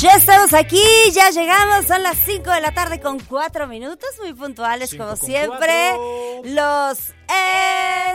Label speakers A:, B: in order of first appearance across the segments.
A: Ya estamos aquí, ya llegamos, son las 5 de la tarde con 4 minutos, muy puntuales
B: Cinco
A: como
B: con
A: siempre.
B: cuatro.
A: Los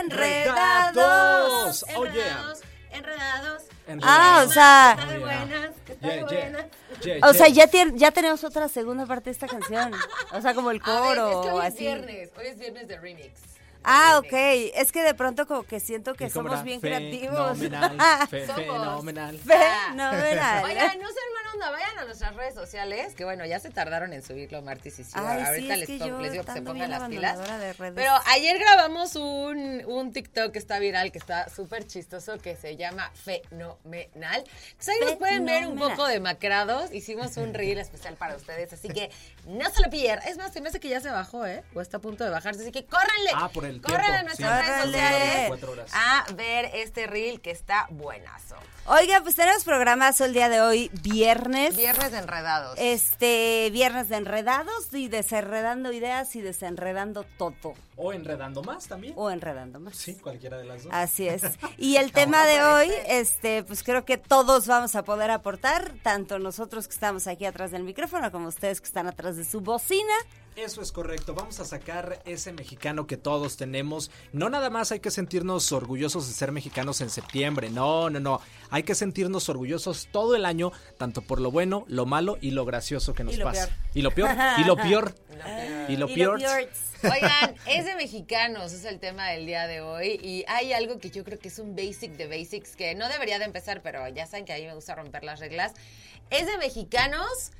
A: enredados.
B: Enredados. Oh, yeah.
C: Enredados, enredados.
A: Ah, o
C: Está de
A: sea,
C: buenas, que está de
B: Yeah, yeah,
C: buenas.
B: yeah,
A: o
B: yeah.
A: sea ya, tien- ya tenemos otra segunda parte de esta canción. O sea, como el
C: A ver,
A: coro
C: Ah, es que
A: o
C: hoy es
A: así.
C: viernes, hoy es viernes de remix.
A: Ah, ok.
C: Remix.
A: Es que de pronto como que siento que
B: ¿Y cómo
A: somos
B: era?
A: bien creativos. Ah,
B: Fenomenal, fe-
C: Somos.
B: fenomenal.
A: Fenomenal.
C: Oigan, no sean mala onda, vayan a nuestras redes sociales, que bueno, ya se tardaron en subirlo Martis y Ciudad.
A: Ay, sí,
C: Ahorita
A: es
C: les,
A: que
C: to-
A: yo
C: les digo que se
A: estando
C: pongan
A: bien
C: las pilas.
A: abandonadora de redes.
C: Pero ayer grabamos un, un TikTok que está viral, que está súper chistoso, que se llama Fenomenal. Entonces ahí nos pueden ver un
A: Fenomenal.
C: poco demacrados. Hicimos un reel especial para ustedes, así que no se lo pierdan. Es más, se me hace que ya se bajó, ¿eh? O está a punto de bajarse, así que córranle.
B: Ah, por el
C: Córranle
B: tiempo,
C: a nuestras
A: sí.
C: redes
A: Córranle.
C: sociales
B: Cuatro horas.
C: a ver este reel que está buenazo.
A: Oigan, pues tenemos programazo el día de hoy, viernes.
C: Viernes de enredados.
A: Este viernes de enredados y desenredando ideas y desenredando todo
B: O enredando más también.
A: o Ah. enredando más.
B: Sí, cualquiera de las dos.
A: Así es. Y el tema de hoy, este, pues creo que todos vamos a poder aportar, tanto nosotros que estamos aquí atrás del micrófono como ustedes que están atrás de su bocina.
B: Eso es correcto. Vamos a sacar ese mexicano que todos tenemos. No nada más hay que sentirnos orgullosos de ser mexicanos en septiembre. No, no, no. Hay que sentirnos orgullosos todo el año, tanto por lo bueno, lo malo y lo gracioso que nos
A: Y lo
B: pasa.
A: peor.
B: Y lo peor. Y lo peor. y lo
A: Y lo
B: peor.
A: peor.
C: Oigan, es de mexicanos, es el tema del día de hoy. Y hay algo que yo creo que es un basic de basics que no debería de empezar, pero ya saben que a mí me gusta romper las reglas. Es de mexicanos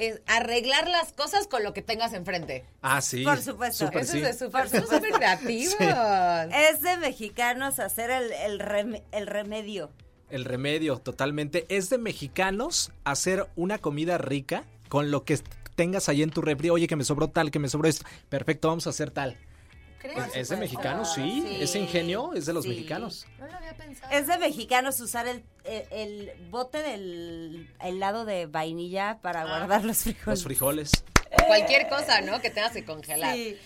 C: es arreglar las cosas con lo que tengas enfrente.
B: Ah, sí.
A: Por supuesto.
B: Súper
C: Eso
B: sí.
C: es de súper, son súper creativos.
A: Es de mexicanos hacer el, el, rem- el remedio.
B: El remedio, totalmente. Es de mexicanos hacer una comida rica con lo que est- tengas ahí en tu refri. Oye, que me sobró tal, que me sobró esto. Perfecto, vamos a hacer tal.
C: ¿Crees?
B: Es, es de mexicanos, sí.
C: Sí.
B: Ese ingenio es de los
A: pues. Ah, Sí.
B: mexicanos.
C: No lo había pensado.
A: Es de mexicanos usar el, el, el bote del helado de vainilla para guardar los frijoles.
B: Ah. Los frijoles.
C: Cualquier cosa, ¿no? Que tengas que congelar.
A: Sí.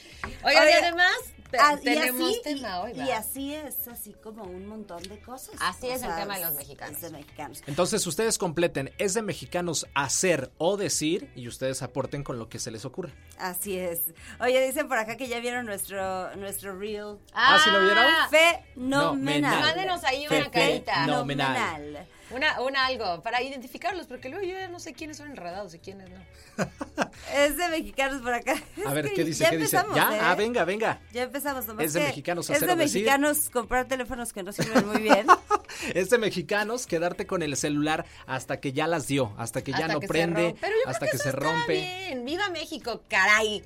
C: Oigan, y
A: Oye,
C: además te-
A: Ah, y
C: tenemos
A: así-
C: tema hoy.
A: y-
C: ¿va?
A: Y, así es, así como un montón de cosas.
C: Así es el tema de los mexicanos.
A: es de mexicanos.
B: Entonces ustedes completen, es de mexicanos hacer o decir y ustedes aporten con lo que se les ocurre.
A: Así es. Oye, dicen por acá que ya vieron nuestro, nuestro reel.
B: Ah, ¿sí lo vieron?
A: Fenomenal.
B: Fenomenal.
C: Mándenos ahí una
B: Fe-
C: carita.
B: fenomenal.
A: Fenomenal.
C: Una, una algo, para identificarlos, porque luego yo ya no sé quiénes son enredados y quiénes no.
A: Es de mexicanos por acá.
B: A
A: Es
B: ver,
A: que
B: ¿qué dice?
A: ya
B: ¿Qué dice?
A: empezamos,
B: Ya,
A: ¿eh?
B: ah, venga, venga.
A: Ya empezamos. nomás
B: Es de
A: que
B: mexicanos
A: Es
B: hacer
A: de
B: o decir.
A: mexicanos comprar teléfonos que no sirven muy bien.
B: Es de Este mexicanos quedarte con el celular hasta que ya las dio, hasta que ya
C: Hasta
B: no
C: que se
B: prende,
C: rompe. Pero yo
B: hasta
C: creo
B: que
C: eso
B: se
C: está
B: rompe.
C: bien. ¡Viva México, caray!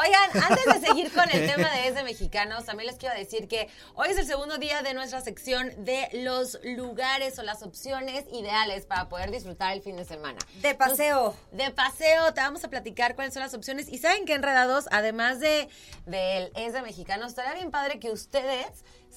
C: Oigan, antes de seguir con el tema de Es de Mexicanos, también les quiero decir que hoy es el segundo día de nuestra sección de los lugares o las opciones ideales para poder disfrutar el fin de semana.
A: De paseo.
C: De paseo, te vamos a platicar cuáles son las opciones. Y saben que enredados, además de del es de mexicanos, estaría bien padre que ustedes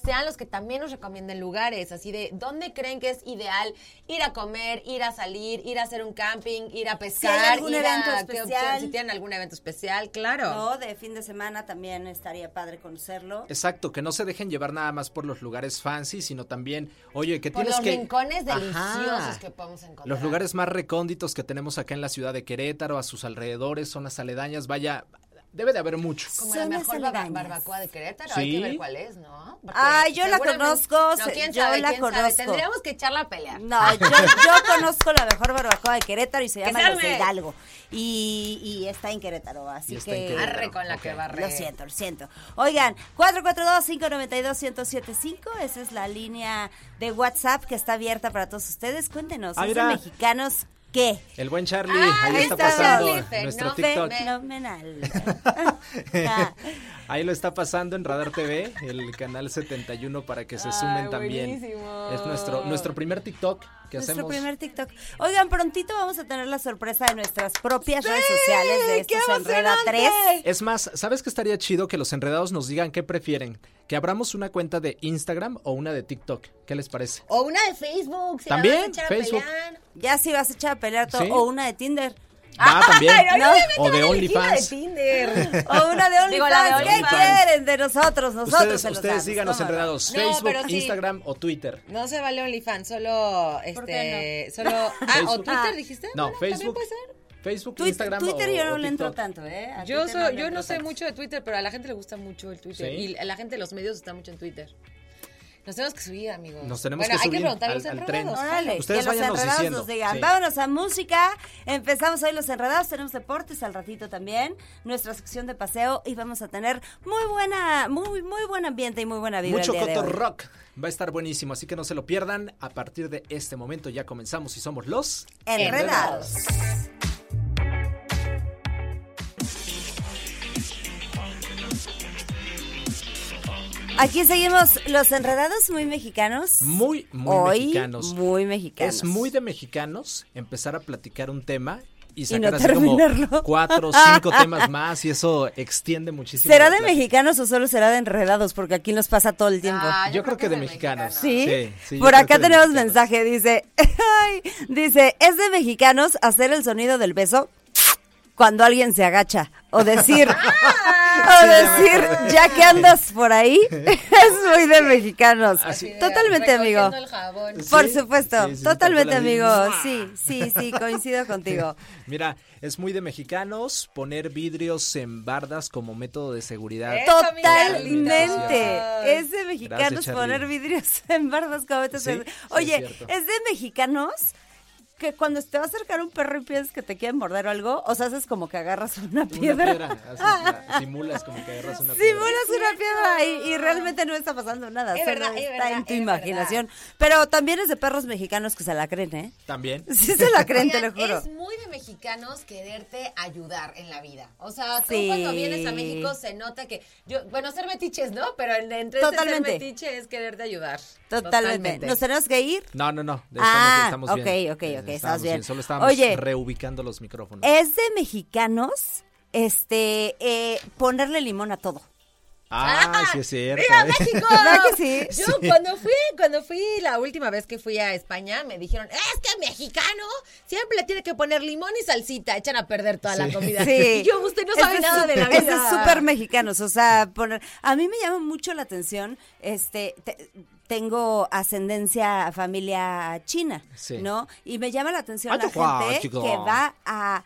C: sean los que también nos recomienden lugares, así de dónde creen que es ideal ir a comer, ir a salir, ir a hacer un camping, ir a pescar,
A: algún
C: ir a-
A: evento
C: ¿qué opción?
A: especial.
C: si tienen algún evento especial, claro.
A: No, de fin de semana también estaría padre conocerlo.
B: Exacto, que no se dejen llevar nada más por los lugares fancy, sino también, oye, que
C: Por
B: tienes
C: los
B: que...
C: rincones
B: Ajá.
C: deliciosos que podemos encontrar.
B: Los lugares más recónditos que tenemos acá en la ciudad de Querétaro, a sus alrededores, zonas aledañas, vaya, debe de haber mucho.
C: Como la
A: Zonas
C: mejor barba-
A: aledañas.
C: barbacoa de Querétaro,
B: Sí.
C: hay que ver cuál es, ¿no? Porque
A: Ah, yo la
C: seguramente-
A: conozco,
C: No,
A: se-
C: quién
A: yo
C: sabe,
A: la
C: quién sabe.
A: conozco.
C: Tendríamos que echarla a pelear.
A: No, yo, yo conozco la mejor barbacoa de Querétaro y se
C: ¡Que
A: llama
C: se
A: Los de
C: arme!
A: Hidalgo. Y, y está en Querétaro, así
B: Y está en
A: que...
B: Querétaro.
C: Arre con la que
B: Ok.
C: barre.
A: Lo siento, lo siento. Oigan, 442-592-1075, esa es la línea de WhatsApp que está abierta para todos ustedes. Cuéntenos,
B: Ah,
A: ¿es de
B: mira.
A: mexicanos ¿Qué?
B: El buen Charlie,
C: Ah,
B: ahí
C: ahí
A: está
B: está pasando
C: Charlie, fe-
B: nuestro
C: no, fe-
B: TikTok.
C: ve-
A: Fenomenal. Ah,
B: Ahí lo está pasando en Radar TV, el canal 71 para que se
C: Ay,
B: sumen también.
C: buenísimo.
B: Es nuestro nuestro primer TikTok que
A: Nuestro
B: hacemos.
A: primer TikTok. Oigan, prontito vamos a tener la sorpresa de nuestras propias redes sociales de
C: ¡Qué
A: estos Enreda
C: emocionante!
A: 3.
B: Es más, ¿sabes que estaría chido que los enredados nos digan qué prefieren? ¿Que abramos una cuenta de Instagram o una de TikTok? ¿Qué les parece?
C: O una de Facebook. Si la
B: También,
C: vas a echar a
B: Facebook.
C: pelear.
A: Ya si vas a echar a pelear todo,
B: Sí.
A: o una de Tinder.
B: Va también.
C: Ay, no, obviamente
B: O
C: van a
B: de
C: elegir la
B: OnlyFans.
C: De Tinder.
A: O una de
C: Digo, la de
A: OnlyFans. ¿Qué
C: OnlyFans.
A: quieren de nosotros? Nosotros
B: Ustedes,
A: se los
B: ustedes
A: damos,
B: díganos
A: ¿cómo no?
B: enredados.
C: No, pero
B: Facebook,
C: sí.
B: Instagram o Twitter.
C: No se vale OnlyFans, solo este, solo ah, o
B: Facebook.
C: Twitter dijiste?
B: No,
C: Bueno,
B: Facebook.
C: También puede ser.
B: Facebook,
A: Twi-
B: Instagram
A: Twitter
B: o-
A: yo
B: o
A: no le entro
B: TikTok.
A: tanto, ¿eh? A
C: Yo,
A: Twitter
C: so-
A: le
C: yo
A: entro
C: no sé
A: tanto.
C: mucho de Twitter, pero a la gente le gusta mucho el Twitter.
B: Sí.
C: Y a la gente de los medios está mucho en Twitter. Nos tenemos que subir, amigos.
B: Nos tenemos
C: bueno,
B: que subir
C: hay que preguntar a
B: al-
C: los
B: al
C: enredados.
B: tren.
A: Órale,
B: Ustedes
A: que los
B: váyanos
A: enredados
B: diciendo,
A: nos digan.
B: sí.
A: Vámonos a música. Empezamos hoy los enredados. Tenemos deportes al ratito también. Nuestra sección de paseo. Y vamos a tener muy buena, muy, muy buen ambiente y muy buena vibra.
B: Mucho
A: el día de hoy.
B: cotorrock. Va a estar buenísimo, así que no se lo pierdan. A partir de este momento ya comenzamos y somos los
A: Enredados. Aquí seguimos los enredados muy mexicanos.
B: muy, muy
A: Hoy,
B: mexicanos.
A: Muy mexicanos.
B: Es muy de mexicanos empezar a platicar un tema y
A: no
B: sacar así como
A: terminarlo.
B: cuatro o cinco temas más y eso extiende muchísimo.
A: ¿Será
B: la
A: de
B: plática.
A: mexicanos o solo será de enredados? Porque aquí nos pasa todo el tiempo.
C: Ah,
B: Yo creo que de mexicanos.
A: ¿Sí?
B: sí, yo
A: Por
B: creo
A: acá
B: que de
A: tenemos
B: mexicanos.
A: mensaje, dice, ay, dice, es de mexicanos hacer el sonido del beso cuando alguien se agacha o decir, o
B: Sí, ya me
A: decir,
B: acordé.
A: ya que andas por ahí, es muy de mexicanos.
C: Sí,
A: Totalmente, amigo.
C: recogiendo el jabón.
B: Sí,
A: Por supuesto,
B: sí, sí,
A: totalmente,
B: tal cual,
A: amigo.
B: así.
A: Sí, sí, sí, coincido contigo.
B: Mira, es muy de mexicanos poner vidrios en bardas como método de seguridad.
C: ¿Eh? Eso, amigo.
A: Totalmente.
C: Gracias.
A: Es de mexicanos
B: Charlie.
A: poner vidrios en bardas cometas.
B: Sí, sí,
A: Oye,
B: es cierto.
A: es de mexicanos que cuando te va a acercar un perro y piensas que te quieren morder o algo, o sea, haces como que agarras una
B: Una
A: piedra.
B: piedra, haces la- simulas como que agarras una piedra.
A: Simulas una piedra y, y realmente no está pasando nada.
C: Es
A: solo
C: verdad, es
A: está
C: verdad,
A: en tu
C: es
A: imaginación. Pero también es de perros mexicanos que se la creen, ¿eh?
B: También.
A: Sí se la creen, te lo
C: Oigan,
A: juro.
C: Es muy de mexicanos quererte ayudar en la vida. O sea, tú
A: Sí.
C: cuando vienes a México se nota que. yo Bueno, ser metiches, ¿no? Pero el de entre ese
A: Totalmente.
C: ser metiche es quererte ayudar.
A: Totalmente. Nos tenemos que ir.
B: No, no, no. Estamos,
A: Ah,
B: estamos
A: ok, ok,
B: bien.
A: ok,
B: Eh,
A: estás
B: estábamos
A: bien.
B: Solo estábamos
A: Oye. eh,
B: reubicando los micrófonos.
A: Es de mexicanos este eh, ponerle limón a todo.
B: ah, sí es cierto.
C: ¡Viva
B: eh.
C: México!
A: ¿Verdad que sí?
C: Yo cuando fui, cuando fui la última vez que fui a España, me dijeron, es que el mexicano siempre le tiene que poner limón y salsita, echan a perder toda la comida. Y yo, usted no
A: Eso
C: sabe
A: es
C: nada de la vida.
A: súper- eso es súper mexicanos, o sea, poner, a mí me llama mucho la atención, este, te- tengo ascendencia a familia china,
B: Sí.
A: ¿no? Y me llama la atención
B: Ay,
A: la
B: tú, guau,
A: gente
B: chico.
A: que va a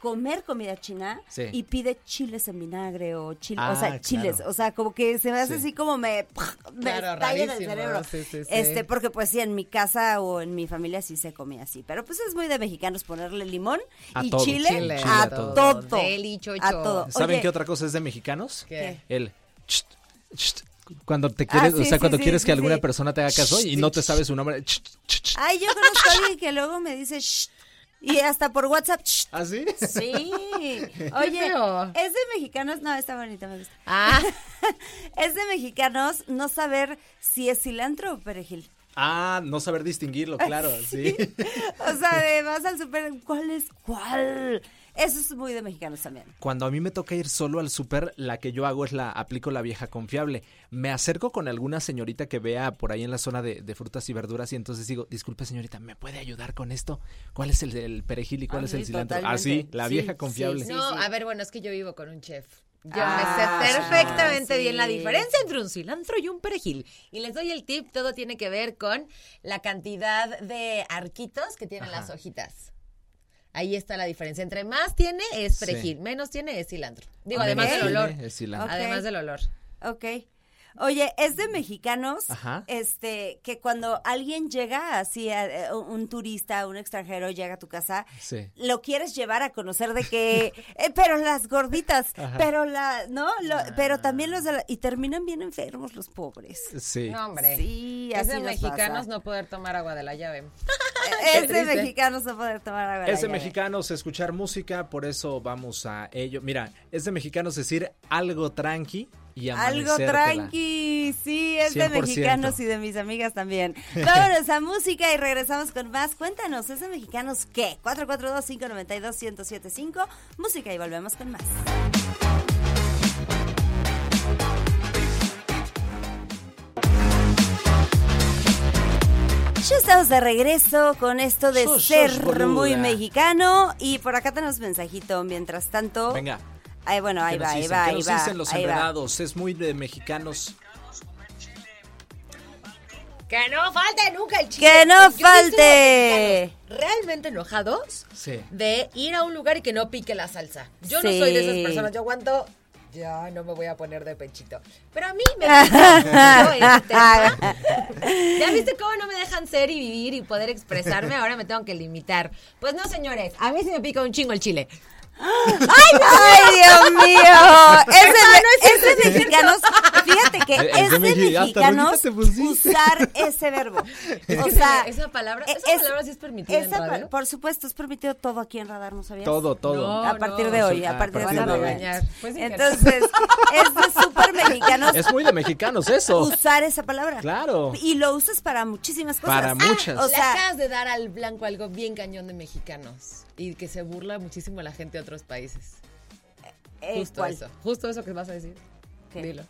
A: comer comida china
B: Sí.
A: y pide chiles en vinagre o chiles,
B: Ah,
A: o sea,
B: claro.
A: chiles, o sea, como que se me hace
B: Sí.
A: así como me, me
C: Claro,
A: estalla en el
C: rarísimo,
A: cerebro.
C: sí, sí, sí.
A: Este, porque pues sí, en mi casa o en mi familia sí se comía así, pero pues es muy de mexicanos ponerle limón
B: A
A: y
B: todo.
A: chile,
B: Chile,
A: a,
B: a
A: todo,
B: todo.
C: Deli, chocho.
A: a todo.
B: ¿Saben
A: Oye,
B: qué otra cosa es de mexicanos?
C: ¿Qué?
B: El cht, cht, cuando te quieres,
A: Ah, sí,
B: o sea,
A: sí,
B: cuando
A: sí,
B: quieres
A: sí,
B: que alguna
A: sí. Ah,
B: persona te haga caso y no te sabes su nombre. cht, cht, cht.
A: Ay, yo conozco a alguien que luego me dice shh, y hasta por WhatsApp shh.
B: ¿Ah, sí?
A: Sí. Oye,
C: feo.
A: es de mexicanos, no, está bonito, me gusta.
C: Ah,
A: Es de mexicanos no saber si es cilantro o perejil.
B: Ah, no saber distinguirlo, claro, sí.
A: O sea, de vas al super, ¿cuál es cuál? Eso es muy de mexicanos también.
B: Cuando a mí me toca ir solo al súper, la que yo hago es la, aplico la vieja confiable. Me acerco con alguna señorita que vea por ahí en la zona de, de frutas y verduras y entonces digo, disculpe señorita, ¿me puede ayudar con esto? ¿Cuál es el, el perejil y cuál
A: Ah,
B: es el
A: sí,
B: cilantro?
A: totalmente.
B: Así, la
A: Sí,
B: vieja
A: sí,
B: confiable.
A: sí.
C: no, a ver, bueno, es que yo vivo con un chef. Yo
A: Ah,
C: me sé perfectamente
A: sí.
C: bien la diferencia entre un cilantro y un perejil. Y les doy el tip, todo tiene que ver con la cantidad de arquitos que tienen
B: Ajá.
C: las hojitas. Ahí está la diferencia. Entre más tiene es
B: Sí. Ah,
C: perejil, menos tiene es cilantro. Digo,
B: Menos
C: además del
B: tiene
C: olor.
B: es cilantro.
A: Ok.
C: Además del olor.
A: Ok. Oye, es de mexicanos,
B: Mm. Ajá.
A: este, que cuando alguien llega así, a- eh, un turista, un extranjero llega a tu casa,
B: Sí.
A: lo quieres llevar a conocer de que, eh, pero las gorditas,
B: Ajá. Ah.
A: pero la, ¿no? Lo- Pero también los de la- y terminan bien enfermos los pobres.
B: Sí.
C: No, hombre.
A: Sí,
C: es
A: así
C: de
A: nos
C: mexicanos
A: pasa.
C: no poder tomar agua de la llave.
A: Es de mexicanos no poder tomar agua. de la
B: Es de
A: llave.
B: mexicanos escuchar música, por eso vamos a ello. Mira, es de mexicanos decir algo tranqui y
A: Algo
B: amanecértela.
A: tranqui, sí, es de
B: 100%.
A: mexicanos y de mis amigas también. Vámonos a música y regresamos con más. Cuéntanos, ¿es de mexicanos qué? 442-592-1075, música y volvemos con más. Ya estamos de regreso con esto de
B: Sos-
A: ser
B: sos boluda.
A: muy mexicano y por acá tenemos mensajito mientras tanto.
B: Venga.
A: Ay, bueno, ahí
B: ¿qué nos
A: va, ahí
B: dicen?
A: va,
B: ¿Qué
A: ahí
B: nos
A: va.
B: dicen los
A: ahí va.
B: enredados? Es muy de mexicanos.
C: Que no falte nunca el chile.
A: ¡Que no
C: Yo he visto
A: falte!
C: mexicanos Realmente enojados
B: Sí.
C: de ir a un lugar y que no pique la salsa. Yo no
A: Sí.
C: soy de esas personas, yo aguanto. Ya no me voy a poner de pechito. Pero a mí me encantó este tema. ¿Ya viste cómo no me dejan ser y vivir y poder expresarme? Ahora me tengo que limitar. Pues no, señores, a mí sí me pica un chingo el chile.
A: ¡Ay, Dios mío! Es de,
C: Hermano, ¿es
A: es de mexicanos. Fíjate que
B: Es de
A: es de
B: Mexi- hasta
A: mexicanos
B: ahorita te pusiste.
A: usar ese verbo. O
C: que
A: sea,
C: esa palabra-
A: e-
C: esa palabra sí es permitida en
A: esa pa-
C: radio.
A: Por supuesto, es permitido todo aquí en Radar, ¿no sabías?
B: Todo, todo.
C: No.
A: A partir de
C: no,
A: hoy,
B: sí,
A: a
B: a
A: partir
B: partir
A: de
B: de
A: hoy.
B: hoy.
C: Pues sí que no.
A: Entonces, es de súper mexicanos
B: Es muy de mexicanos eso.
A: usar esa palabra.
B: Claro.
A: Y lo usas para muchísimas cosas. Ah,
B: Para muchas.
A: O
C: Le
A: sea,
C: acabas de dar al blanco algo bien cañón de mexicanos y que se burla muchísimo la gente de otros países.
A: eh,
C: Justo
A: ¿cuál?
C: eso. Justo eso que vas a decir.
A: ¿Qué?
C: Dilo.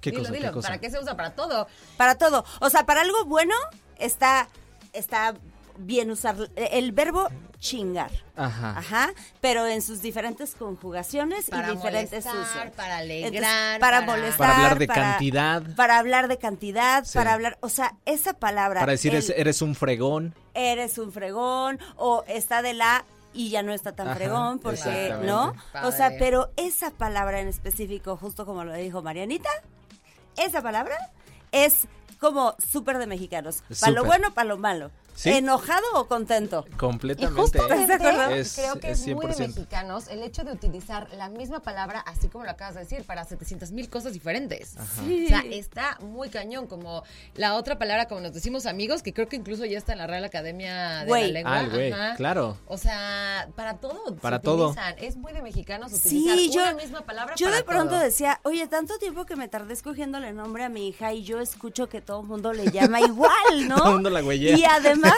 B: ¿Qué
C: dilo,
B: cosa?
C: dilo.
B: ¿Qué cosa?
C: ¿Para qué se usa? Para todo.
A: Para todo. O sea, para algo bueno está, está bien usar el verbo chingar.
B: Ajá.
A: Ajá, pero en sus diferentes conjugaciones
C: Para
A: y diferentes
C: molestar,
A: usos.
C: para alegrar,
A: para,
C: para-
A: molestar,
B: Para hablar de cantidad.
A: para hablar de cantidad,
B: Sí.
A: para hablar, o sea, esa palabra
B: Para decir
A: el
B: es- eres un fregón.
A: eres un fregón o está de la y ya no está tan
B: Ajá,
A: fregón porque,
B: exactamente.
A: ¿no? O sea,
C: Padre.
A: pero esa palabra en específico, justo como lo dijo Marianita, esa palabra es como súper de mexicanos. Para lo
B: Súper.
A: bueno, para lo malo.
B: Sí.
A: ¿Enojado o contento?
C: Y
B: Completamente.
A: ¿Estás de acuerdo?
C: justamente
B: Es-
C: creo que
B: es
C: es muy de
B: 100%.
C: mexicanos el hecho de utilizar la misma palabra, así como lo acabas de decir, para 700 mil cosas diferentes. O sea, está muy cañón, como la otra palabra, como nos decimos amigos, que creo que incluso ya está en la Real Academia de
A: Güey.
C: la Lengua.
B: Ah, el güey,
C: Ajá.
B: claro.
C: O sea, para todo.
B: Para
C: se
B: todo.
C: utilizan. Es muy de mexicanos utilizar
A: Sí, yo,
C: una misma palabra
A: yo
C: para
A: de pronto
C: todo.
A: decía, oye, tanto tiempo que me tardé escogiéndole nombre a mi hija y yo escucho que todo el mundo le llama igual, ¿no?
B: Todo mundo la güeyea.
A: Y además,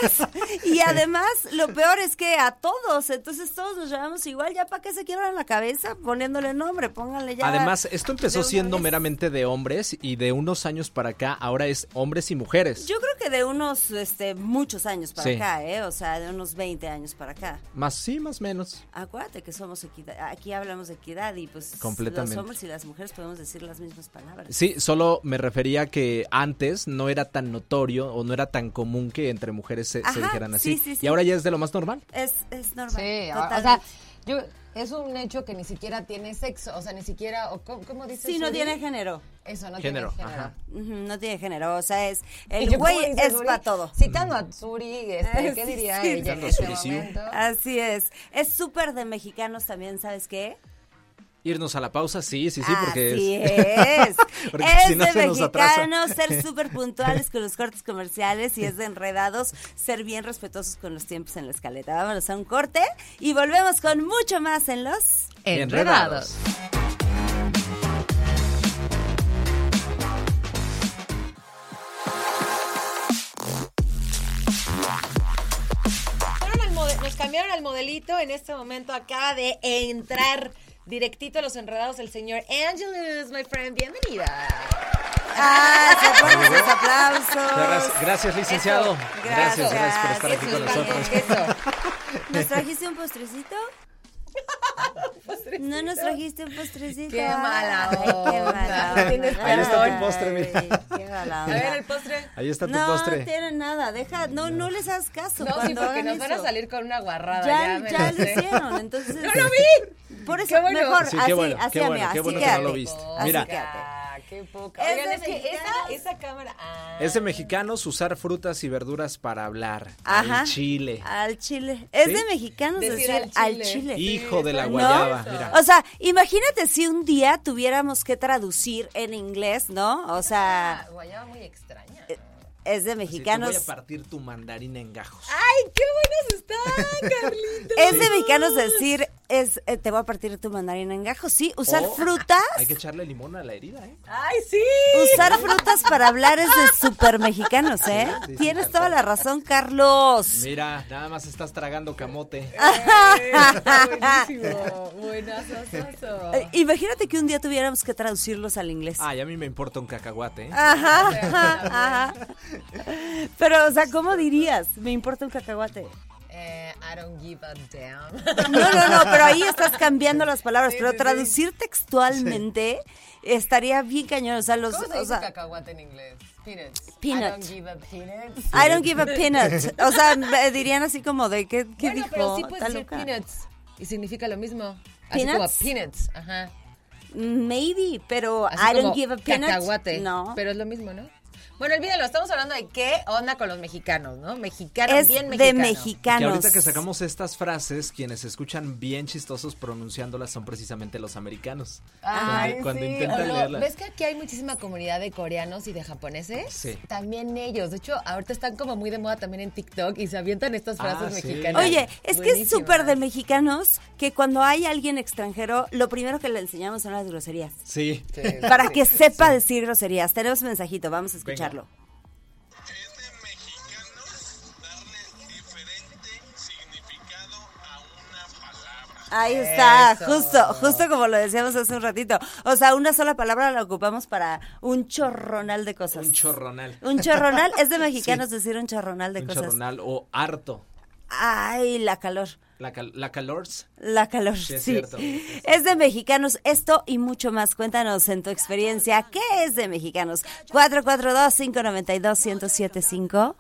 A: y además, lo peor es que a todos, entonces todos nos llamamos igual, ya para qué se quiebran la cabeza poniéndole nombre, pónganle ya.
B: Además,
A: de
B: esto empezó
A: una
B: siendo
A: vez.
B: meramente de hombres y de unos años para acá ahora es hombres y mujeres.
A: Yo creo que de unos, este, muchos años para
B: Sí.
A: acá, ¿eh? O sea, de unos 20 años para acá.
B: Más sí, más menos.
A: Acuérdate que somos equidad, aquí hablamos de equidad y pues
B: Completamente.
A: los hombres y las mujeres podemos decir las mismas palabras.
B: Sí, solo me refería que antes no era tan notorio o no era tan común que entre mujeres se, se
A: Ajá,
B: dijeran
A: sí,
B: así.
A: sí, sí.
B: Y ahora ya es de lo más normal.
A: Es, es normal.
C: Sí, ahora, o
A: totalmente.
C: sea, yo, es un hecho que ni siquiera tiene sexo, o sea, ni siquiera, o ¿cómo, cómo dices?
A: Sí, no
C: Uri?
A: tiene género.
C: Eso, no
B: Género,
C: tiene género.
B: ajá.
A: Ujú, No tiene género, o sea, es
C: Y
A: el
C: yo,
A: güey
C: ¿cómo dices,
A: es
C: Uri?
A: para todo.
C: Citando a Tsuri, este,
A: Eh,
C: ¿qué
A: sí,
C: diría
A: sí. Ah,
C: ella en
B: Citando a
C: este
B: Tsuri, sí.
C: momento?
A: Así es. Es súper de mexicanos también, ¿sabes qué?
B: Irnos a la pausa, sí, sí, sí, porque
A: Así
B: es.
A: es.
B: Porque
A: es
B: si no
A: de
B: se nos atrasa.
A: mexicanos ser súper puntuales con los cortes comerciales y es de enredados ser bien respetuosos con los tiempos en la escaleta. Vámonos a un corte y volvemos con mucho más en los...
C: Enredados. Fueron al mode- Nos cambiaron al modelito. En este momento acaba de entrar directito a los enredados el señor Angelus, my friend. Bienvenida.
A: ¡Ah! Se ponen los aplausos.
B: Gracias, gracias, licenciado. Gracias,
A: Gracias.
B: gracias por estar aquí
A: Eso
B: con
A: es
B: nosotros.
C: Eso.
A: ¿Nos trajiste un postrecito? No nos trajiste un postrecito.
C: Qué mala
A: Ay, Qué
C: onda.
A: mala
C: Tienes
A: onda.
B: Ahí está tu postre, mira.
A: Ay, Qué mala
C: A
A: onda.
C: ver, el postre.
B: Ahí está tu
A: no,
B: postre.
A: No tienen nada, deja, no, no les hagas caso.
C: No, sí,
A: cuando
C: porque
A: hagan
C: nos van a
A: eso.
C: salir con una guarrada. Ya,
A: Ya,
C: me
A: ya
C: lo
A: lo
C: sé.
A: hicieron, entonces. este,
C: ¡No lo vi!
A: Por
C: Qué
A: eso,
C: bueno.
A: mejor,
B: Sí, qué
A: así,
B: bueno,
A: así,
B: qué bueno,
A: amiga,
B: qué
A: así
B: bueno que no
A: quédate.
B: lo viste.
A: Así
B: Mira.
A: quédate.
C: Ah, qué poca.
A: Es
C: Oigan,
A: de
C: es que esa,
A: mexicanos.
C: esa cámara. ah.
B: Es de mexicanos usar frutas y verduras para hablar.
A: Ajá. Ah,
B: Al chile.
A: Al chile. Es
B: ¿Sí?
A: de mexicanos
C: Decir
A: decir
C: al
A: al
C: chile.
A: chile.
B: Hijo de la
A: ¿No?
B: guayaba. Mira.
A: O sea, imagínate si un día tuviéramos que traducir en inglés, ¿no? O sea,
C: Ah, guayaba muy extraña.
A: eh, es de
B: Así, te
A: mexicanos.
B: voy a partir tu mandarina en gajos.
C: ¡Ay, qué buenos están, Carlitos!
A: Es de mexicanos decir, es, eh, te voy a partir tu mandarina en gajos. Sí, usar
B: O-
A: frutas.
B: Oh, ah, Hay que echarle limón a la herida, ¿eh?
C: ¡Ay, sí!
A: Usar frutas para hablar es de super mexicanos, ¿eh?
B: sí, sí,
A: Tienes
B: tal
A: toda
B: cual.
A: la razón, Carlos.
B: Mira, nada más estás tragando camote.
C: Ah. Eh, Está buenísimo. Buenazo, soso.
A: Eh, imagínate que un día tuviéramos que traducirlos al inglés.
B: Ay, a mí me importa un cacahuate, ¿eh?
A: Ajá, ajá, ajá. Pero, o sea, ¿cómo dirías? Me importa un cacahuate.
C: Eh, I don't give a damn.
A: No, no, no, pero ahí estás cambiando las palabras.
C: Sí,
A: pero
C: sí,
A: traducir textualmente estaría bien cañón. O sea, los.
C: ¿Cómo se
A: o
C: dice
A: sea,
C: cacahuate en inglés? Peanuts.
A: Peanut.
C: I don't give a peanuts.
A: I don't give a peanut. O sea, me dirían así como de qué, qué
C: bueno,
A: dijo.
C: pero sí puedes
A: Está
C: decir
A: loca.
C: peanuts y significa lo mismo. Así como
A: Peanuts.
C: peanuts, ajá.
A: Mm, Maybe, pero
C: Así
A: I
C: como
A: don't give a peanut.
C: Cacahuate.
A: No.
C: Pero es lo mismo, ¿no? Bueno, olvídalo, estamos hablando de qué onda con los mexicanos, ¿no? Mexicanos,
A: es
C: bien
A: de
C: mexicanos.
A: mexicanos.
B: Que ahorita que sacamos estas frases, quienes se escuchan bien chistosos pronunciándolas son precisamente los americanos.
C: Ay,
B: cuando cuando
C: sí.
B: intentan
C: O lo-
B: leerlas.
C: ¿Ves que aquí hay muchísima comunidad de coreanos y de japoneses?
B: Sí.
C: También ellos. De hecho, ahorita están como muy de moda también en TikTok y se avientan estas
B: Ah,
C: frases
B: sí.
C: mexicanas.
A: Oye, es que es
C: Buenísimas.
A: súper de mexicanos que cuando hay alguien extranjero, lo primero que le enseñamos son las groserías.
B: Sí.
C: Sí,
A: Para
C: sí.
A: que sepa decir groserías. Tenemos mensajito, vamos a escucharlo.
D: es de mexicanos darle diferente significado a una palabra.
A: Ahí está,
C: Eso.
A: justo, justo como lo decíamos hace un ratito. O sea, una sola palabra la ocupamos para un chorronal de cosas.
B: Un chorronal.
A: Un chorronal es de mexicanos decir un chorronal de
B: Un
A: cosas.
B: chorronal o harto.
A: Ay, la calor.
B: La, cal- la calors.
A: La calor, sí.
B: es
A: Es,
B: cierto, es
A: de mexicanos esto y mucho más. Cuéntanos en tu experiencia, ¿qué es de mexicanos? 442-592-1075.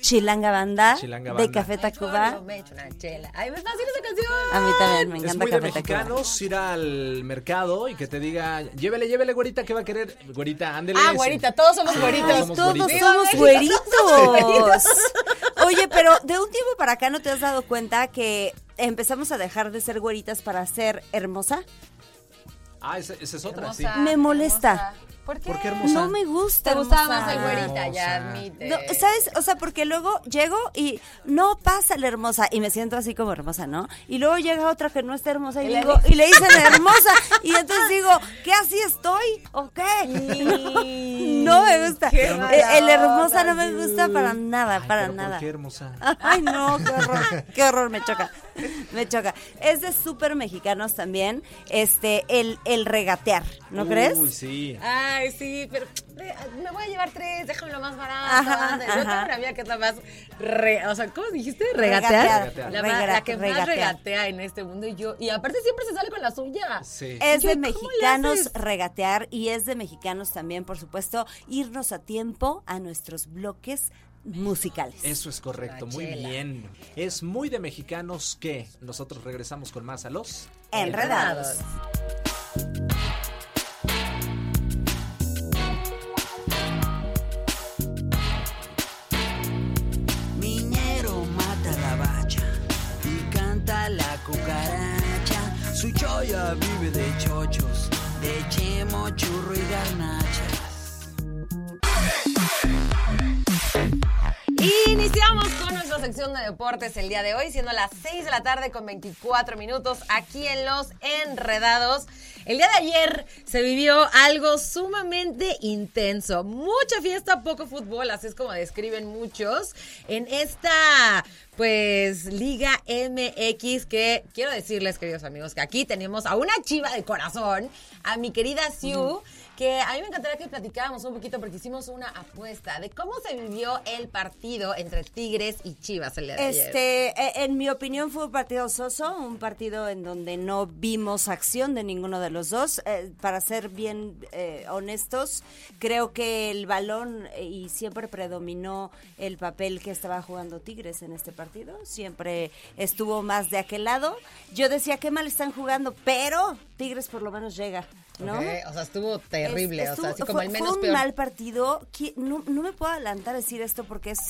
A: Chilanga Banda,
B: Chilanga
A: de
B: Banda.
A: Café
C: Yo
A: Tacuba.
C: me echo una chela. Ay, pues, me fascina esa canción.
A: A mí también me
B: Es
A: encanta
B: muy de
A: Café Tacuba.
B: mexicanos ir al mercado y que te diga, llévele, llévele, güerita, ¿qué va a querer? Güerita, ándele.
C: Ah,
B: ese".
C: güerita, todos somos güeritos.
B: somos
A: Todos
B: güeritos.
A: somos
C: Viva México, somos
A: güeritos. Oye, pero de un tiempo para acá no te has dado cuenta que empezamos a dejar de ser güeritas para ser hermosa.
B: Ah, esa, esa es otra,
C: Hermosa,
B: sí.
A: Me molesta.
C: hermosa. ¿Por qué?
B: ¿Por qué hermosa?
A: No me gusta.
C: Te gustaba
A: hermosa.
C: más el güerita, ya
B: Hermosa.
C: admite.
A: No, ¿Sabes? O sea, porque luego llego y no pasa la hermosa y me siento así como hermosa, ¿no? Y luego llega otra que no está hermosa y,
C: Y le
A: digo,
C: dices-
A: y le dicen hermosa. Y entonces digo, ¿qué así estoy? ¿O qué?
C: Y-
A: No, me gusta.
C: qué
A: Eh,
C: mala
A: el hermosa no me
C: onda,
A: gusta para nada,
B: Ay,
A: para
B: pero ¿por
A: nada. Ah,
B: qué hermosa?
A: Ay, no, qué horror, qué horror, me choca, me choca. Es de súper mexicanos también, este, el, el regatear, ¿no crees?
B: Uy, sí.
C: Ay, sí, pero eh, me voy a llevar tres, déjame lo más barato.
A: Ajá,
C: anda. Yo tengo
A: ajá.
C: una amiga que es la más, re- o sea, ¿cómo dijiste?
A: Regatear.
C: ¿Regatear?
B: Regatear.
C: La, más- la que
A: Regatear.
C: más regatea en este mundo y yo, y aparte siempre se sale con la suya.
B: Sí.
A: Es
C: Yo,
A: de
C: ¿cómo le
A: mexicanos
C: haces?
A: regatear y es de mexicanos también, por supuesto, irnos a tiempo a nuestros bloques musicales.
B: Eso es correcto, muy
C: Chela.
B: bien. Es muy de mexicanos que nosotros regresamos con más a los. eh,
A: Enredados.
E: Minero mata la bacha y canta la cucaracha. Su choya vive de chochos, de chemo, churro y garnachas.
C: Iniciamos con nuestra sección de deportes el día de hoy, siendo las 6 de la tarde con 24 minutos aquí en Los Enredados. El día de ayer se vivió algo sumamente intenso. Mucha fiesta, poco fútbol, así es como describen muchos. En esta, pues, Liga MX, que quiero decirles, queridos amigos, que aquí tenemos a una chiva de corazón, a mi querida Siu que a mí me encantaría que platicáramos un poquito porque hicimos una apuesta de cómo se vivió el partido entre Tigres y Chivas el día de ayer.
A: Este, e- en mi opinión fue un partido soso, un partido en donde no vimos acción de ninguno de los dos. Eh, para ser bien eh, honestos, creo que el balón eh, y siempre predominó el papel que estaba jugando Tigres en este partido. Siempre estuvo más de aquel lado. Yo decía qué mal están jugando, pero Tigres por lo menos llega. ¿no?
C: Ok, O sea, estuvo terrible.
A: Es-
C: o sea, así
A: estuvo-
C: como
A: fue,
C: el
A: fue
C: menos
A: un
C: peor.
A: mal partido. Qui- No, no me puedo adelantar a decir esto porque es,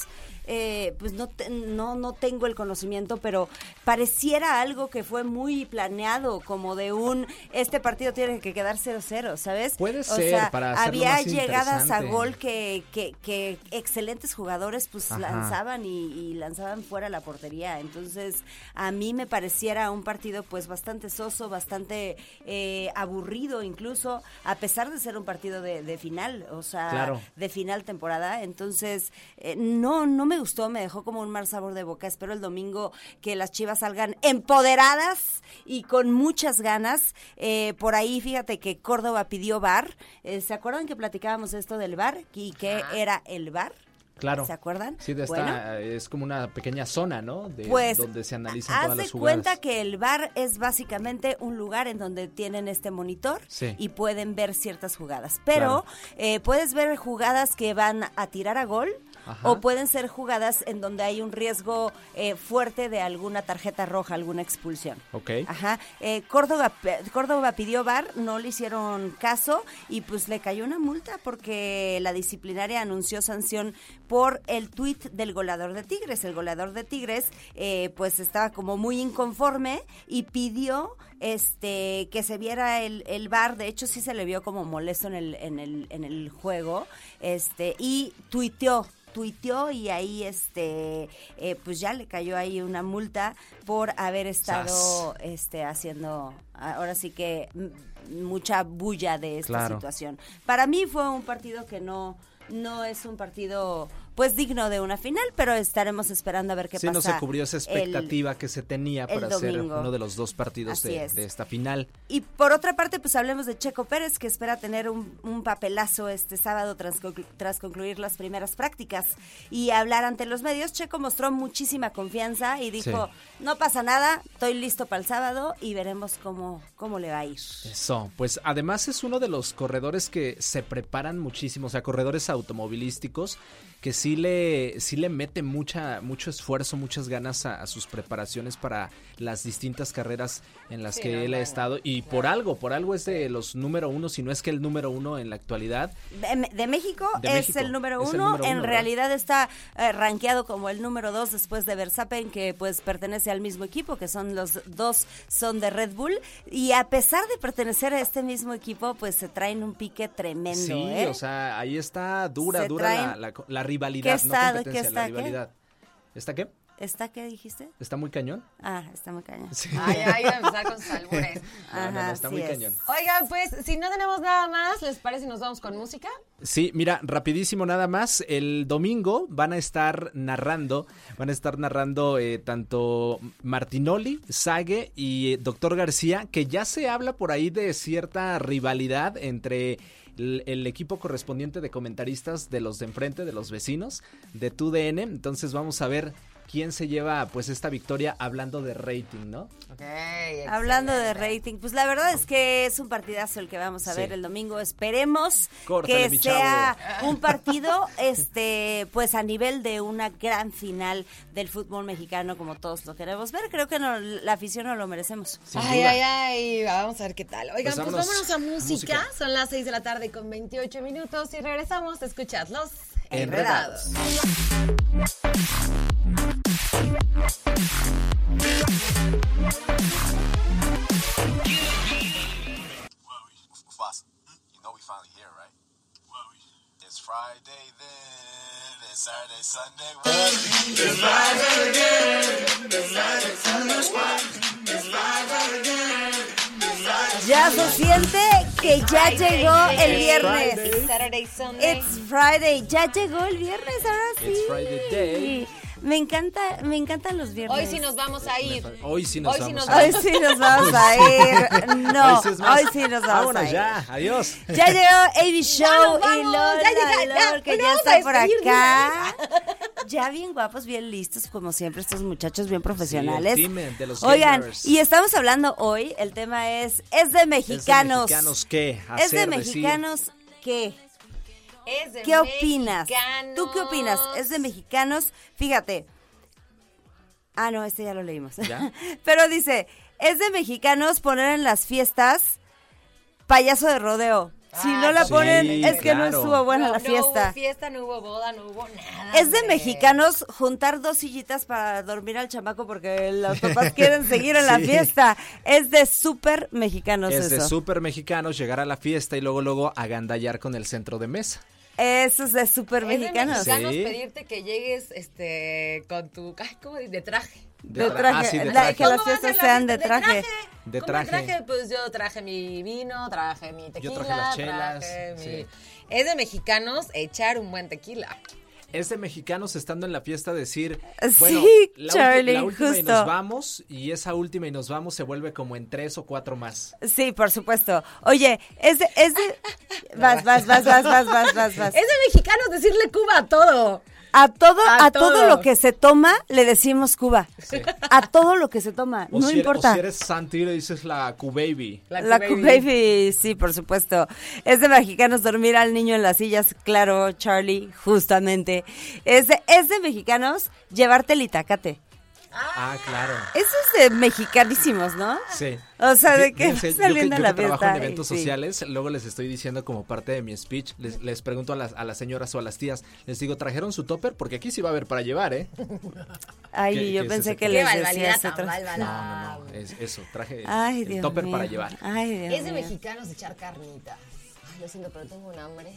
A: eh, pues no, te- no, no tengo el conocimiento, pero pareciera algo que fue muy planeado, como de un, este partido tiene que quedar 0-0, ¿sabes?
B: Puede
A: o
B: ser,
A: sea,
B: para hacerlo
A: había
B: más
A: llegadas a
B: interesante.
A: gol que, que, que excelentes jugadores pues
B: Ajá.
A: lanzaban y, y lanzaban fuera la portería. Entonces, a mí me pareciera un partido pues bastante soso, bastante eh, aburrido incluso, a pesar de ser un partido de, de final, o sea,
B: Claro.
A: de final temporada. Entonces, eh, no, no me gustó, me dejó como un mal sabor de boca. Espero el domingo que las chivas salgan empoderadas y con muchas ganas. Eh, por ahí, fíjate que Córdoba pidió bar. ¿Se acuerdan que platicábamos esto del bar? ¿Y qué era el bar?
B: Claro.
A: ¿Se acuerdan?
B: Sí, de esta,
A: Bueno.
B: es como una pequeña zona, ¿no? De,
A: Pues,
B: donde se analizan
A: haz
B: todas
A: de
B: las jugadas.
A: cuenta que el bar es básicamente un lugar en donde tienen este monitor
B: Sí.
A: y pueden ver ciertas jugadas. Pero
B: Claro.
A: eh, puedes ver jugadas que van a tirar a gol
B: Ajá.
A: o pueden ser jugadas en donde hay un riesgo eh, fuerte de alguna tarjeta roja, alguna expulsión.
B: Ok.
A: Ajá. Eh, Córdoba, pe- Córdoba pidió bar, no le hicieron caso y pues le cayó una multa porque la disciplinaria anunció sanción por el tuit del goleador de Tigres. El goleador de Tigres eh, pues estaba como muy inconforme y pidió este que se viera el, el bar. De hecho sí se le vio como molesto en el, en el, en el juego este y tuiteó tuiteó y ahí este eh, pues ya le cayó ahí una multa por haber estado este haciendo a- ahora sí que mm, mucha bulla de esta
B: Claro.
A: situación. Para mí fue un partido que no no es un partido pues digno de una final, pero estaremos esperando a ver qué
B: sí,
A: pasa.
B: no se cubrió esa
A: el-
B: expectativa que se tenía
A: el
B: para ser
A: domingo.
B: uno de los dos partidos
A: Así
B: de,
A: es.
B: de esta final.
A: Y por otra parte, pues hablemos de Checo Pérez, que espera tener un, un papelazo este sábado tras, conclu- tras concluir las primeras prácticas y hablar ante los medios. Checo mostró muchísima confianza y dijo, no pasa nada, estoy listo para el sábado y veremos cómo, cómo le va a ir.
B: Eso, pues además es uno de los corredores que se preparan muchísimo, o sea, corredores automovilísticos que sí le, sí le mete mucha, mucho esfuerzo, muchas ganas a, a sus preparaciones para las distintas carreras en las
C: Sí,
B: que
C: no,
B: él ha
C: bueno,
B: estado y por algo, por algo es de los número uno, si no es que el número uno en la actualidad.
A: De, de México
B: De
A: es
B: México,
A: el número
B: es
A: uno.
B: el número
A: en
B: uno,
A: realidad está eh, rankeado como el número dos después de Verstappen, que pues pertenece al mismo equipo, que son los dos son de Red Bull. Y a pesar de pertenecer a este mismo equipo, pues se traen un pique tremendo.
B: Sí,
A: ¿eh?
B: o sea, ahí está dura,
A: Se
B: dura la,
A: traen-
B: la- la rivalidad,
A: ¿Qué
B: no
A: está-
B: competencia,
A: qué está
B: la
A: qué?
B: rivalidad. ¿Está qué?
A: ¿Está qué dijiste?
B: ¿Está muy cañón?
A: Ah, está muy cañón.
B: Sí.
C: Ay, ay, iba a empezar con sus albures.
B: No, no, no,
A: Ajá,
B: está
A: así
B: muy
A: es.
B: cañón.
C: Oigan, pues, si no tenemos nada más, ¿les parece si nos vamos con música?
B: Sí, mira, rapidísimo nada más. El domingo van a estar narrando, van a estar narrando eh, tanto Martinoli, Sage y eh, Doctor García, que ya se habla por ahí de cierta rivalidad entre el, el equipo correspondiente de comentaristas de los de enfrente, de los vecinos, de TUDN. Entonces vamos a ver quién se lleva pues esta victoria hablando de rating, ¿no?
C: Ok.
A: Hablando de rating, pues la verdad es que es un partidazo el que vamos a
B: Sí.
A: ver el domingo. Esperemos
B: Córtale,
A: que
B: mi
A: sea un partido este pues a nivel de una gran final del fútbol mexicano como todos lo queremos ver. Creo que no- la afición no lo merecemos.
B: Sin
C: ay,
B: duda.
C: ay, ay, vamos a ver qué tal. Oigan,
B: Pues
C: pues,
B: vámonos
C: vámonos a
B: a
C: música.
B: música.
C: Son las 6 de la tarde con 28 minutos y regresamos a escucharlos
B: Enredados.
C: enredados.
D: Boss, you know we finally here, right? It's Friday then, it's Saturday, Sunday,
A: Ya se siente que ya llegó el viernes.
C: Saturday, Sunday.
A: It's Friday, ya llegó el viernes, ahora sí.
B: It's Friday day.
A: Me encanta, me encantan los viernes.
C: Hoy sí nos vamos a ir.
B: Hoy sí nos
C: Hoy sí
B: vamos
C: nos
B: a
A: Hoy sí nos vamos a ir. No, hoy
B: Hoy
A: sí,
B: es más.
A: nos vamos
B: Vámonos
A: a ir.
B: ya, adiós.
A: Ya llegó AB Show
C: nos vamos,
A: y Lola,
C: ya llega- ya,
A: Lor, que
C: ya
A: ya
C: vamos a
A: está por
C: despedirnos.
A: acá. Ya bien guapos, bien listos, como siempre, estos muchachos bien profesionales.
B: Sí, el team de los
A: Oigan,
B: gamers.
A: y estamos hablando hoy, el tema es, ¿es de mexicanos?
B: mexicanos qué?
A: ¿Es de
B: Hacer, decir.
A: mexicanos qué?
C: Es de
A: ¿Qué opinas?
C: mexicanos.
A: ¿Tú qué opinas? Es de mexicanos. Fíjate. Ah, no, este ya lo leímos.
B: ¿Ya?
A: Pero dice, es de mexicanos poner en las fiestas payaso de rodeo. Si
C: Ah,
A: no la
B: sí,
A: ponen, es que no
B: claro.
A: estuvo buena la
C: No
A: fiesta.
C: hubo fiesta, no hubo boda, no hubo nada.
A: Es de
C: hombre.
A: mexicanos juntar dos sillitas para dormir al chamaco porque los papás quieren seguir en la
B: Sí.
A: fiesta. Es de súper mexicanos
B: es de
A: eso.
B: súper mexicanos llegar a la fiesta y luego luego agandallar con el centro de mesa.
A: Eso es de súper
C: Es de mexicanos
A: mexicanos.
B: Sí.
C: pedirte que llegues este, con tu. Ay, ¿cómo? De traje.
A: De
B: tra-
A: traje,
B: ah, sí, de
A: la-
B: traje.
A: que las
C: ¿Cómo vas a
A: fiestas
C: la
A: sean
C: fiesta?
A: de traje.
B: De
C: ¿Cómo
B: traje.
C: Pues yo traje mi vino, traje mi tequila.
B: las chelas,
C: traje mi-
B: sí.
C: Es de mexicanos echar un buen tequila.
B: Es de mexicanos estando en la fiesta decir,
A: Sí,
B: bueno, la, ulti-
A: Charlie,
B: la última y
A: justo.
B: nos vamos y esa última y nos vamos se vuelve como en tres o cuatro más.
A: Sí, por supuesto. Oye, es de, es de- vas, vas, vas, vas, vas, vas, vas, vas.
C: Es de mexicanos decirle Cuba a todo.
A: A todo,
C: A
A: a, todo.
C: todo.
A: lo que se toma le decimos Cuba.
B: Sí.
A: A todo lo que se toma,
B: O
A: no
B: si eres-
A: importa.
B: o si eres Santi le dices la Q-Baby.
A: La Q-Baby, sí, por supuesto. Es de mexicanos dormir al niño en las sillas, claro, Charlie, justamente. Es de, es de mexicanos llevarte el itacate.
B: Ah, claro.
A: Eso es de mexicanísimos, ¿no?
B: Sí.
A: O sea, de
B: Fí-
A: que
B: fíjense, yo
A: saliendo a
B: yo
A: la
B: trabajo
A: fiesta, eh,
B: en eventos
A: en fin.
B: sociales, luego les estoy diciendo como parte de mi speech, les, les pregunto a las, a las señoras o a las tías, les digo, ¿trajeron su topper? Porque aquí sí va a haber para llevar, ¿eh?
A: Ay,
B: ¿Qué-
A: yo
B: qué es
A: pensé
B: eso?
A: que
C: Qué
A: les
C: barbaridad
A: decías
C: tan
A: otras-
C: bárbara.
B: No, no, no, es eso, traje el,
A: Ay,
B: el
A: Dios
B: topper
A: mío. Ah,
B: para llevar.
A: Ay, Dios
C: Es de
A: mío.
C: mexicanos echar carnita. Ay, lo siento, pero tengo un hambre.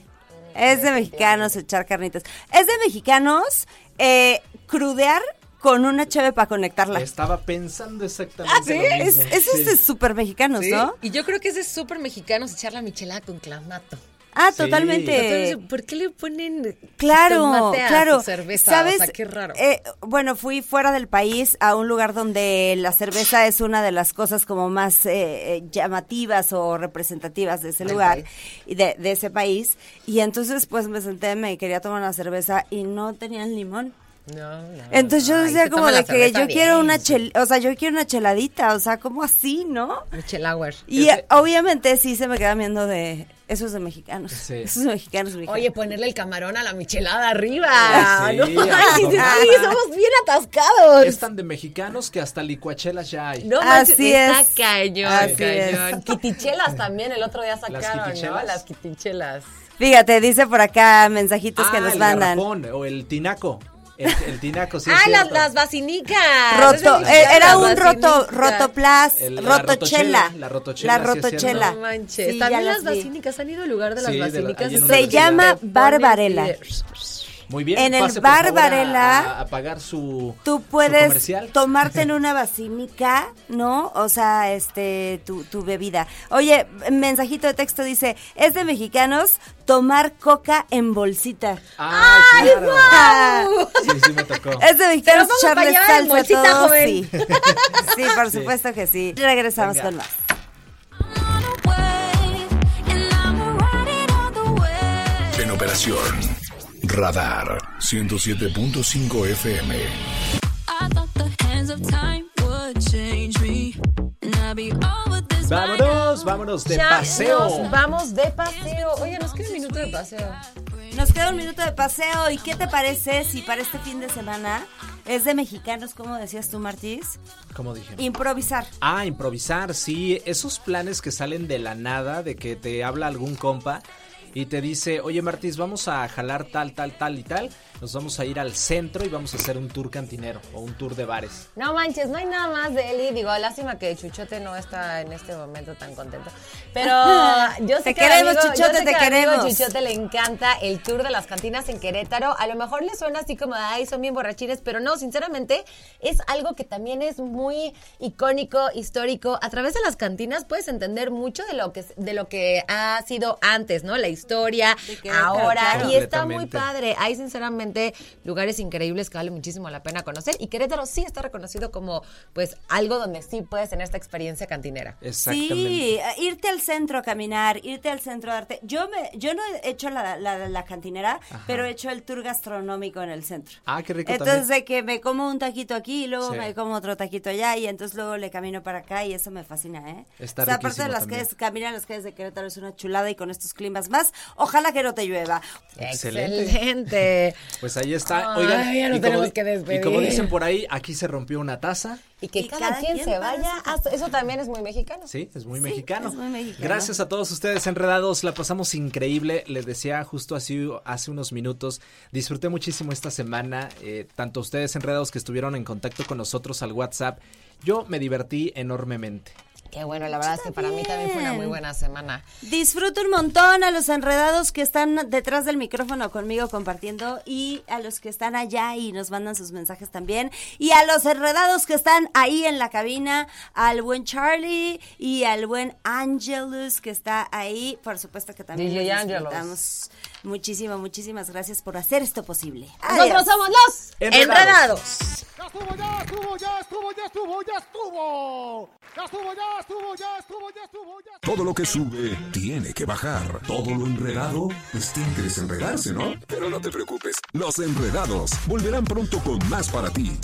A: Es de mexicanos echar carnitas. Es de mexicanos eh, crudear con una cheve para conectarla.
B: Estaba pensando exactamente lo
A: Ah, Es-
B: mismo.
A: eso
B: Sí.
A: es de súper mexicanos, ¿no?
C: Y yo creo que es de súper mexicanos echar la michelada con clamato.
A: Ah,
B: Sí.
A: totalmente.
C: Entonces, ¿Por qué le ponen
A: Claro,
C: tomate a
A: claro.
C: su cerveza?
A: ¿Sabes?
C: O sea, qué raro.
A: eh, bueno, fui fuera del país a un lugar donde la cerveza es una de las cosas como más eh, eh, llamativas o representativas de ese
C: Del
A: lugar
C: país.
A: y de, de ese país. Y entonces, pues me senté, me quería tomar una cerveza y no tenían limón.
C: no, no,
A: Entonces yo
C: no, ahí
A: decía
C: Ah, se
A: como
C: toma
A: de
C: la
A: que
C: cerveza
A: yo
C: bien.
A: quiero una chel, o sea, yo quiero una cheladita, o sea, como así, ¿no?
C: Michelauer.
A: Y eh, obviamente sí se me queda viendo de esos de mexicanos.
B: Sí.
A: Esos de mexicanos. mexicanos.
C: Oye, ponerle el camarón a la michelada arriba.
B: Sí,
C: no,
B: a
C: manches,
B: los
C: sí,
B: tomates.
C: somos bien atascados.
B: Es tan de mexicanos que hasta licuachelas ya hay.
C: No
A: Así
C: manches, está
A: es.
C: cañón,
A: Así
C: cañón.
A: es.
C: Quitichelas también el otro día sacaron, ¿no?
B: quitichelas?
C: Las quitichelas.
A: Fíjate, dice por acá mensajitos pues que
B: Ah,
A: nos
B: el
A: mandan.
B: garrafón o el tinaco. El, el tinaco, sí. es
C: ah, las,
B: cierto.
C: las vasinicas.
A: Roto,
C: Esas
A: eh, era
C: mexicanas,
A: un roto,
C: vasinicas.
A: rotoplas,
B: El- la
A: rotochela.
B: rotochela, la rotochela,
A: La
B: sí es cierto.
A: rotochela.
C: No manches.
A: Sí,
C: También
A: ya
C: las
A: las vi.
C: vasinicas. ¿Han ido al lugar de las
B: Sí, de la-
C: vasinicas?
B: ahí en
C: Es
B: una
C: que
A: Se llama
C: te pones
A: Barbarella.
C: y-
B: Muy bien.
A: en el
B: pase, por favor, a-
A: Barbarella,
B: A, a pagar su,
A: Tú
B: su
A: puedes
B: comercial.
A: tomarte en una basínica, ¿no? O sea, este, tu, tu bebida. Oye, mensajito de texto dice, es de mexicanos tomar coca en bolsita.
B: ¡Ay, claro!
A: Ah,
B: Sí, sí me tocó.
A: Es de mexicanos
C: pongo
A: echarle
C: para llevar en
A: salsa a
C: bolsita,
A: todo,
C: joven.
A: sí. Sí, por
B: Sí.
A: supuesto que sí. Regresamos
B: Venga.
A: con más.
F: En operación. Radar 107.5 FM.
B: Vámonos, vámonos de
C: Ya
B: paseo.
C: nos vamos de paseo. Oye, nos queda un minuto de paseo.
A: Nos queda un minuto de paseo. ¿Y qué te parece si para este fin de semana es de mexicanos, como decías tú, Martís?
B: Como dije.
A: Improvisar.
B: Ah, improvisar, sí. Esos planes que salen de la nada, de que te habla algún compa y te dice, oye Martis, vamos a jalar tal, tal, tal y tal. Nos vamos a ir al centro y vamos a hacer un tour cantinero o un tour de bares.
C: No manches, no hay nada más de Eli. Digo, lástima que Chuchote no está en este momento tan contento. Pero yo sé
A: Te
C: que
A: queremos,
C: al amigo- yo
A: Chuchote,
C: sé
A: te
C: que al amigo
A: queremos.
C: Chuchote le encanta el tour de las cantinas en Querétaro. A lo mejor le suena así como, ay, son bien borrachines, pero no, sinceramente, es algo que también es muy icónico, histórico. A través de las cantinas puedes entender mucho de lo que, de lo que ha sido antes, ¿no? La historia,
A: De Querétaro,
C: ahora.
A: claro.
C: Y está muy
B: Completamente.
C: padre padre. Hay sinceramente lugares increíbles que vale muchísimo la pena conocer y Querétaro sí está reconocido como pues algo donde sí puedes tener esta experiencia cantinera.
B: Exactamente.
A: Sí, eh, irte al centro a caminar, irte al centro a darte. Yo me, yo no he hecho la, la- la cantinera, pero he hecho el tour gastronómico en el centro.
B: Ah, qué rico
A: Entonces
B: también.
A: de que me como un taquito aquí y luego
B: Sí.
A: me como otro taquito allá y entonces luego le camino para acá y eso me fascina, ¿eh?
B: Está
A: o sea, aparte de
B: riquísimo
A: las
B: también.
A: calles, caminar en las calles de Querétaro es una chulada y con estos climas más. Ojalá que no te llueva.
B: Excelente.
C: Excelente.
B: Pues ahí está.
C: Ah. Ay,
B: Oigan,
C: ya nos
B: y como
C: tenemos
B: di-
C: que despedir.
B: Y como dicen por ahí, aquí se rompió una taza.
C: Y que
A: Y
C: cada,
A: cada
C: quien,
A: quien
C: se
A: para
C: vaya.
A: su
C: hasta- Eso también es muy mexicano.
B: Sí, es muy, mexicano.
A: es muy mexicano.
B: Gracias a todos ustedes enredados, la pasamos increíble. Les decía justo así hace unos minutos, disfruté muchísimo esta semana, eh, tanto ustedes enredados que estuvieron en contacto con nosotros al WhatsApp. Yo me divertí enormemente.
C: Qué bueno, la verdad es que para mí también fue una muy buena semana.
A: Disfruto un montón a los enredados que están detrás del micrófono conmigo compartiendo y a los que están allá y nos mandan sus mensajes también. Y a los enredados que están ahí en la cabina, al buen Charlie y al buen Angelus que está ahí. Por supuesto que también
C: DJ
A: los
C: Angelus.
A: disfrutamos muchísimo, muchísimas gracias por hacer esto posible.
C: Nosotros
A: Adiós.
C: somos los
B: Enredados.
G: Ya estuvo, ya estuvo, ya estuvo, ya estuvo, ya estuvo. Ya estuvo, ya estuvo, ya estuvo, ya estuvo, ya
F: Todo lo que sube tiene que bajar. Todo lo enredado, pues tiene que desenredarse, ¿no? Pero no te preocupes, los enredados volverán pronto con más para ti.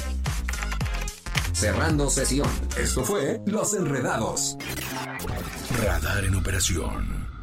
F: Cerrando sesión. Esto fue Los Enredados. Radar en operación.